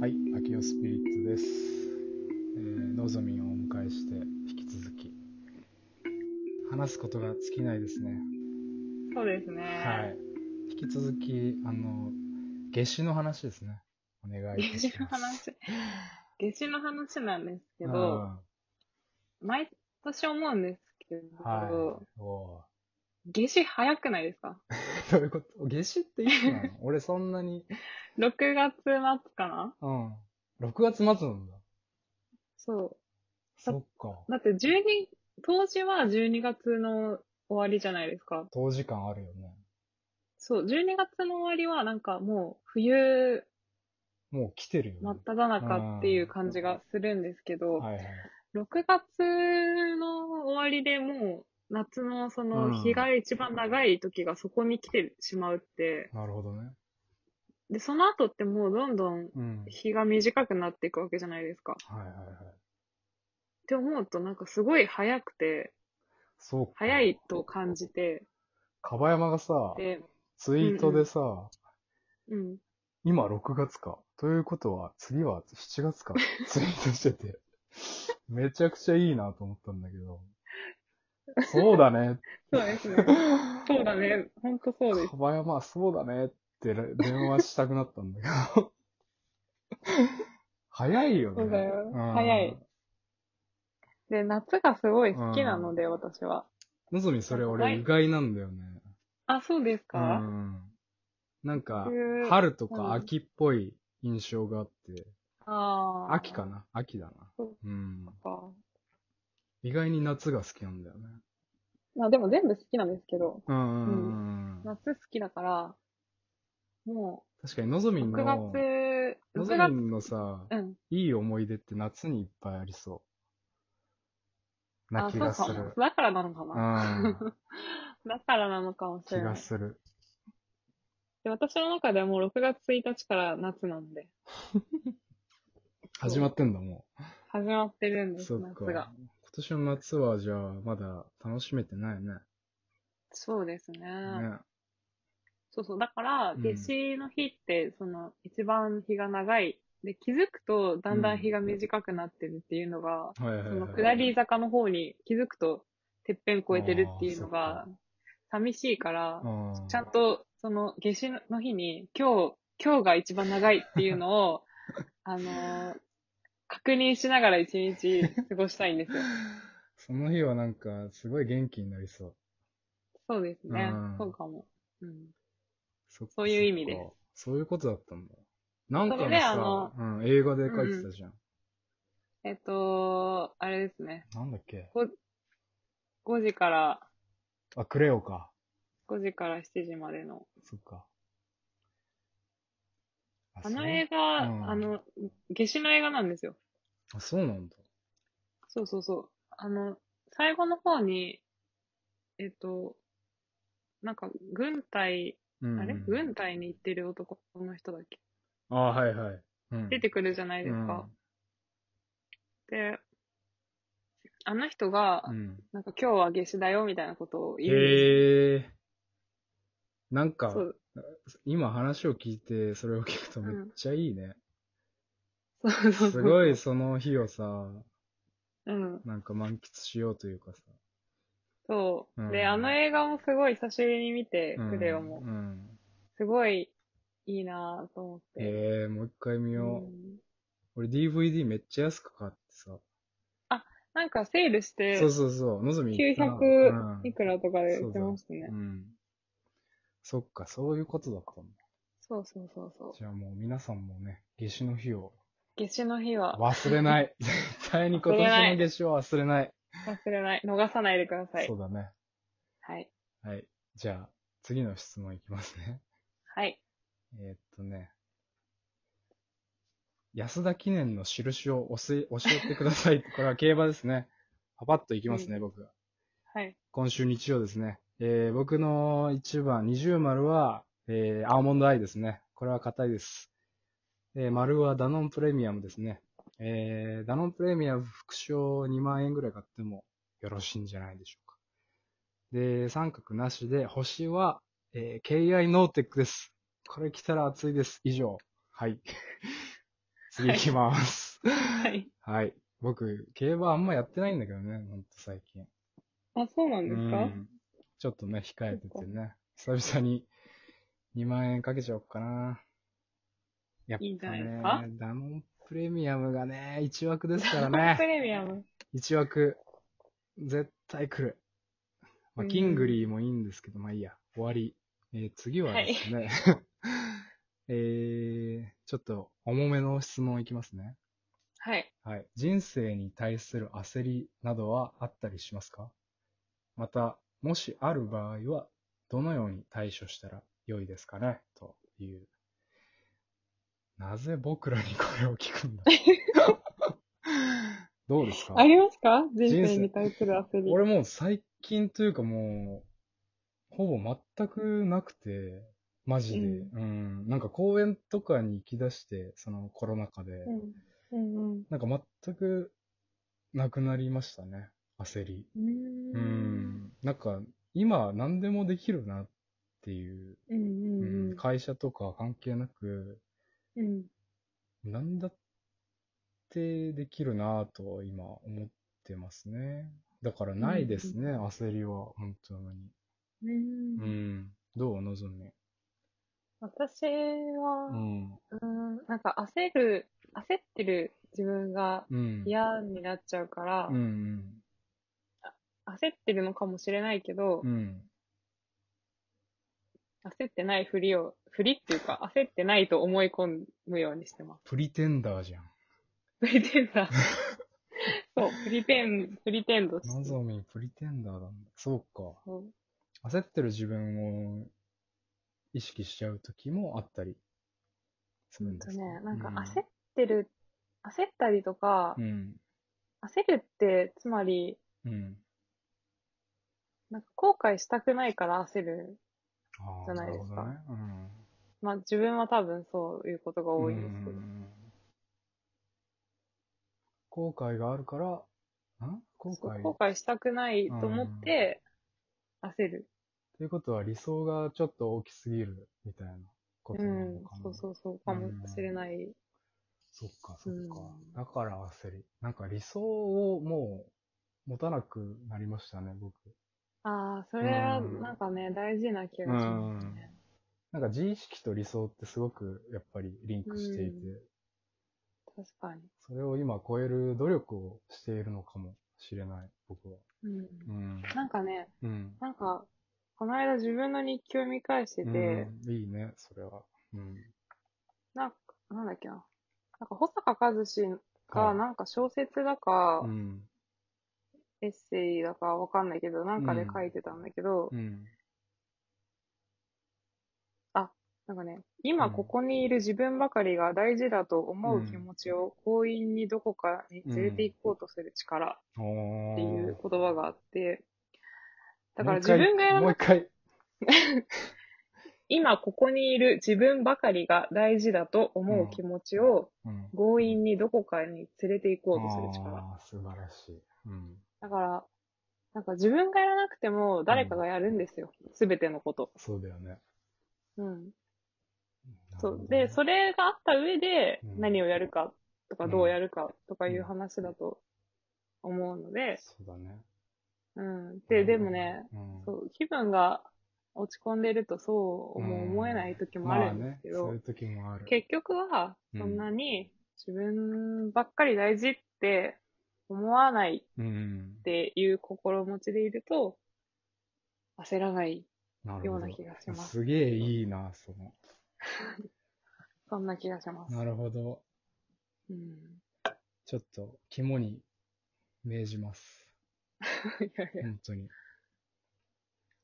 はい、秋代スピリッツです。えー、のぞみんをお迎えして、引き続き、話すことが尽きないですね。そうですね。はい。引き続き、あの、夏至の話ですね。お願いいた夏し至のます。話。夏至の話なんですけうど、毎年思うんですけど、んはい。おー夏至早くないですか どういうこと夏至っていつ なの俺そんなに、 ?6 月末かなうん。6月末なんだ。そそっかう。。だって12、当時は12月の終わりじゃないですか。当時間あるよね。そう、12月の終わりはなんかもう冬もう来てるよね。真っ只中っていう感じがするんですけど、はいはい。 6月の終わりでもう夏のそうんの日が一番長い時がそこに来てしまうって、なるほどね。で、その後ってもうどんどんうん。日が短くなっていくわけじゃないですか。っはいはいはい。て思うとなんかすごい早くて、そうか。早いと感じて、かばやまがさ、で、ツイートでさ、うん。今6月か。ということは、次は7月 か。ツイートしてて。めちゃくちゃいいなと思ったんだけど。そうだね。そうですね。そうだね。ほんとそうです。かばやま、そうだねって電話したくなったんだけ ど。早いよね。そうだよん早い。で、夏がすごい好きなので、私は。のぞみんそれ俺意外なんだよね。あ、そうですうか、ん。なんかへ、ー春とうんか秋っぽい印象があって。ああ。秋かな秋だなそっ。うん。か。意外に夏が好きなんだよね。まあでも全部好きなんですけど、うんうんうん。夏好きだから、も確かに、のぞう、みん6の、月、の6ぞみ月、んのさ、うん。いい思い出って夏にいっぱいありそう。なあ、気そうがすかるも。。だからなのかうな。ん。 だからなのかもし気れながい。する。で私の中ではもう6月1日から夏なんで、始まってんだ、も始まってるんう。です、そっ夏か。が今。年の夏は、じゃあ、まだ楽しめてないね。そうですね。ね。そうそう。だから、うん夏至の日って、その、一番日が長い。で、気づくと、だんだん日が短くなってるっていうのが、はいはいそはいのはい。下り坂の方に気づくと、てっぺん越えてるっていうのあーが、寂しいから、うんちゃんと、その、夏至の日に、今日、今日が一番長いっていう のを、あのー確認しながら一日過ごしたいんですよ。その日はなんか、すごい元気になりそう。そうですねうん。そうかも。うん。そっかそういう意味ですそっかそういうことだったんだ。なんかそのれでさあのうん、映画で書いてたじゃん。えっと、あれですね。なんだっけ5時から、あ、クレオか。 5時から7時までの。そっか。あの映画画、うんあの、夏至の映画なんですよ。あ、そうなんだ。そうそうそう。あの、最後の方に、えっと、なんか、軍隊、うんうんあれ軍隊に行ってる男の人だっけあ、はいはい。うん出てくるじゃないですか。で、あの人が、うんうんなんか今日は夏至だよみたいなことを言うんですへえ。なんかそ、う今話を聞いて、それを聞くとめっちゃいい ね。そうそう。すごい。その日をさ、うん。なんか満喫しようというかさ。そう。うんで、あの映画もすごい久しぶりに見て、クレオもう。ん。すごいいいなぁと思って。ええ、もう一回見ようう。ん俺 DVD めっちゃ安く買ってさ。なんかセールしてそ、うそうそう。のぞみ行ったな900うんいくらとかで売ってましたねう。ん。そっか、そういうことだったんだ。そうそうそうそう。じゃあもう皆さんもね、夏至の日を夏至の日は忘れ ない。絶対に今忘れ年ないの夏至は忘れない。忘れない。逃さないでくださいそ。うだね。はい。はい。じゃあ、次の質問いきますね。 はい。えーっとね。安田記念の印をおせ教えてください。これは競馬ですね。パパッといきますね、う僕。はい。今週日曜ですね。えー、僕の1番、20丸は、えー、アーモンドアイですね。これは硬いです。えー、丸はダノンプレミアムですね。えー、ダノンプレミアム副賞2万円ぐらい買ってもよろしいんじゃないでしょうか。で、三角なしで、星は、えー、KI ノーテックです。これ来たら熱いです。以上。はい。次行きます。はい。はい。僕、競馬あんまやってないんだけどね、ほんと最近。あ、そうなんですか、うんちょっとね、控えててね。久々に2万円かけちゃおうかな。やっいいんじゃぱないですねか、ダノンプレミアムがね、1枠ですからプね。レミアム。 1枠。絶対来る。まあ、うんキングリーもいいんですけど、まあいいや、終わり。えー次はですね、 えー、ちょっと重めの質問いきますね。はい。はい。人生に対する焦りなどはあったりしますかまた、もしある場合は、どのように対処したら良いですかねという。なぜ僕らにこれを聞く んだどうですかありますか人生生に対する焦り。俺もう最近というかもう、ほぼ全くなくて、マジで。ううん、なんか公園とかに行き出して、そのコロナ禍で。うん。うんうん。なんか全くなくなりましたね。焦り。うーんう。ん。なんか今何でもできるなっていう。うんうんうん会社とか関係なく、うん。うん。何だってできるなと今思ってますね。だからないですね、焦りは。本当に。ううんん。どうのぞみ。私うは、ん。うん、なんか焦る、焦ってる自分がうん。。嫌になっちゃうから、うん。焦ってるのかもしれないけど、うん。焦ってないふりを、ふりっていうか、焦ってないと思い込むようにしてます。 プリテンダーじゃん。プリテン ダー。そう、プリテン、プリテンドしてのぞみ、プリテンダーだもん。そうか。そう焦ってる自分を意識しちゃう時もあったりするんえっでとすねか、なんか焦ってる、焦ったりとか、うん。焦るって、つまり、うん。なんか後悔したくないから焦る。ああ、じゃないですかるほどね。うん。まあ自分は多分そういうことが多いんですけうど。ん後悔があるから、ん後そう悔。後悔したくないと思って、焦る。ということは理想がちょっと大きすぎるみたいなことうなんのかな。。そうそうそう、かもしれない。そっか、そっかうん。だから焦り。なんか理想をもう持たなくなりましたね、僕。ああ、それはうんなんかね、大事な気がしますね。なんか自意識と理想ってすごくやっぱりリンクしていて、う確かに。それを今超える努力をしているのかもしれない、僕は。うん。うん。なんかね、うん。なんか、この間自分の日記を見返してて、うん、いいね、それは。うん。なんか、なんだっけな。なんか、保坂和志はが、いなんか小説だかう、ん。エッセイだかわかんないけど、なんかでうん書いてたんだけど、うん。なんかね、今ここにいる自分ばかりが大事だと思う気持ちを強引にどこかに連れて行こうとする力おーっていう言葉があって、だからもう一回自分がやらもうな一回。今ここにいる自分ばかりが大事だと思う気持ちをうん。強引にどこかに連れて行こうとする力。あー素晴らしい。うん。だから、なんか自分がやらなくても誰かがやるんですよ。すべてのこと。そうだよね。うん。なるそほどう。ねで、それがあった上でうん何をやるかとかどうやるかとかいううん話だと思うので、そうだね。うん。で、でもね、うん、そう、気分が落ち込んでるとそううんも思えない時もあるんですけまあね、、そどういう時もある。結局はうんそんなに自分ばっかり大事って思わないうんっ。ていう心持ちでいると、焦らないなるほどような気がします。すげえいいな、その。そんな気がします。なるほど。うん。 ちょっと肝に銘じます。いやいや。本当に。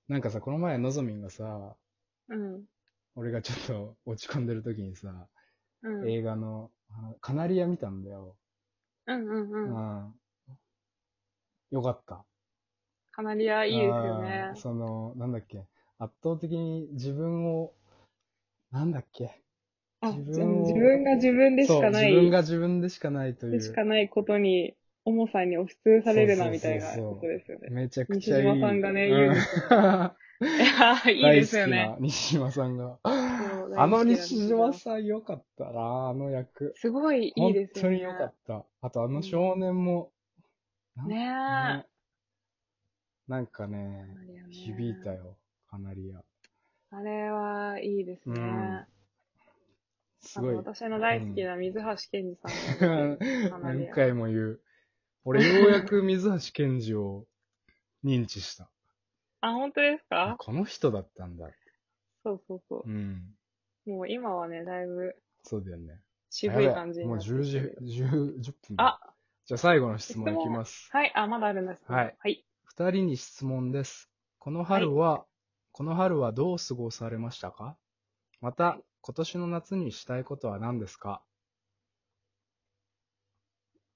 なんかさ、この前、のぞみんがさ、うん。俺がちょっと落ち込んでる時にさ、うん。映画の、あのカナリア見たんだよ。うんううんうん。ん。よかった。カナリアいいですよねうん。その、なんだっけ。圧倒的に自分を、なんだっけ。あ、自自分を分が自分でしかなそう、自分い、が自分でしかないという。でしかないことに、重さに押しつぶされるな、みたいなそうそうそうそうことですよね。めちゃく西ちゃいい。島さんがね、う言うん んですよね。いやいいですよね。大好きな西島さんが。そあうの大好きなんです西島よさん良かったな、あの役。すごいいいです本当よね。に良かった。あとあの少年も、たねねえ。なんかね、あれよね響いたよ、カナリア。あれはいいですね。うんすごあいの。私の大好きな水橋健二さんが出てるカナリ何ア。回も言う。俺、ようやく水橋健二を認知した。あ、本当ですあかこの人だったんだ。そうそうそうう。ん。もう今はね、だいぶそうだよね。渋い感じやべえもにうなってる10時、10、10分だ。あ、じゃあ最後の質問いきます。はい、あ、まだあるんですねはい。はい。二人に質問です。この春は、この春はどう過ごされましたかまた、今年の夏にしたいことは何ですか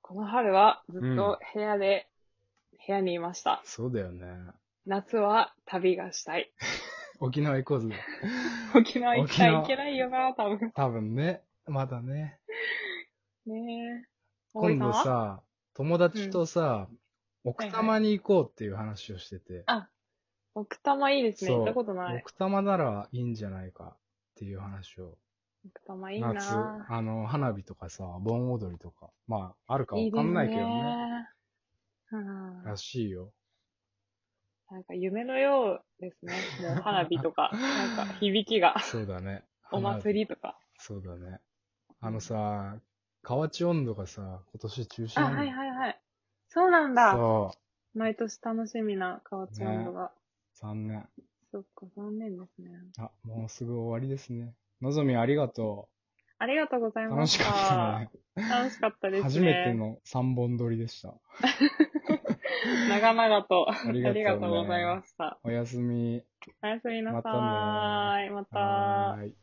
この春はずっうんと部屋で、部屋にいました。そうだよね。夏は旅がしたい。沖縄行こう ぜ。沖縄行きたい。沖縄行けないよな、多分。多分ね。まだね。ねえ。今度大井んはさ、友達とさ、奥多摩に行こうっていう話をしてて、あ奥多摩いいですね。そう行ったことない。奥多摩ならいいんじゃないかっていう話を、奥多摩いいな夏、あの、花火とかさ、盆踊りとか、まあ、あるかわいいでかすんねないけどね。うん。らしいよ。なんか夢のようです ね。もう花火とか、なんか響きが、。そうだねお祭りとか。花火。そうだね。あのさ、河内温度がさ、今年中止あ、なのはいはいはい。そうなんだ。そ毎年楽しみな河内温度が。う、残念。そっか、残念ですね。あ、もうすぐ終わりですね。のぞみありがと。ありがとうございうま楽しし。たかったね。楽しかったですね。初めての3本撮りでした。長々と。 ありりがとうねがとうございました。おやすみ。おやすみなさまたーい。またはーい。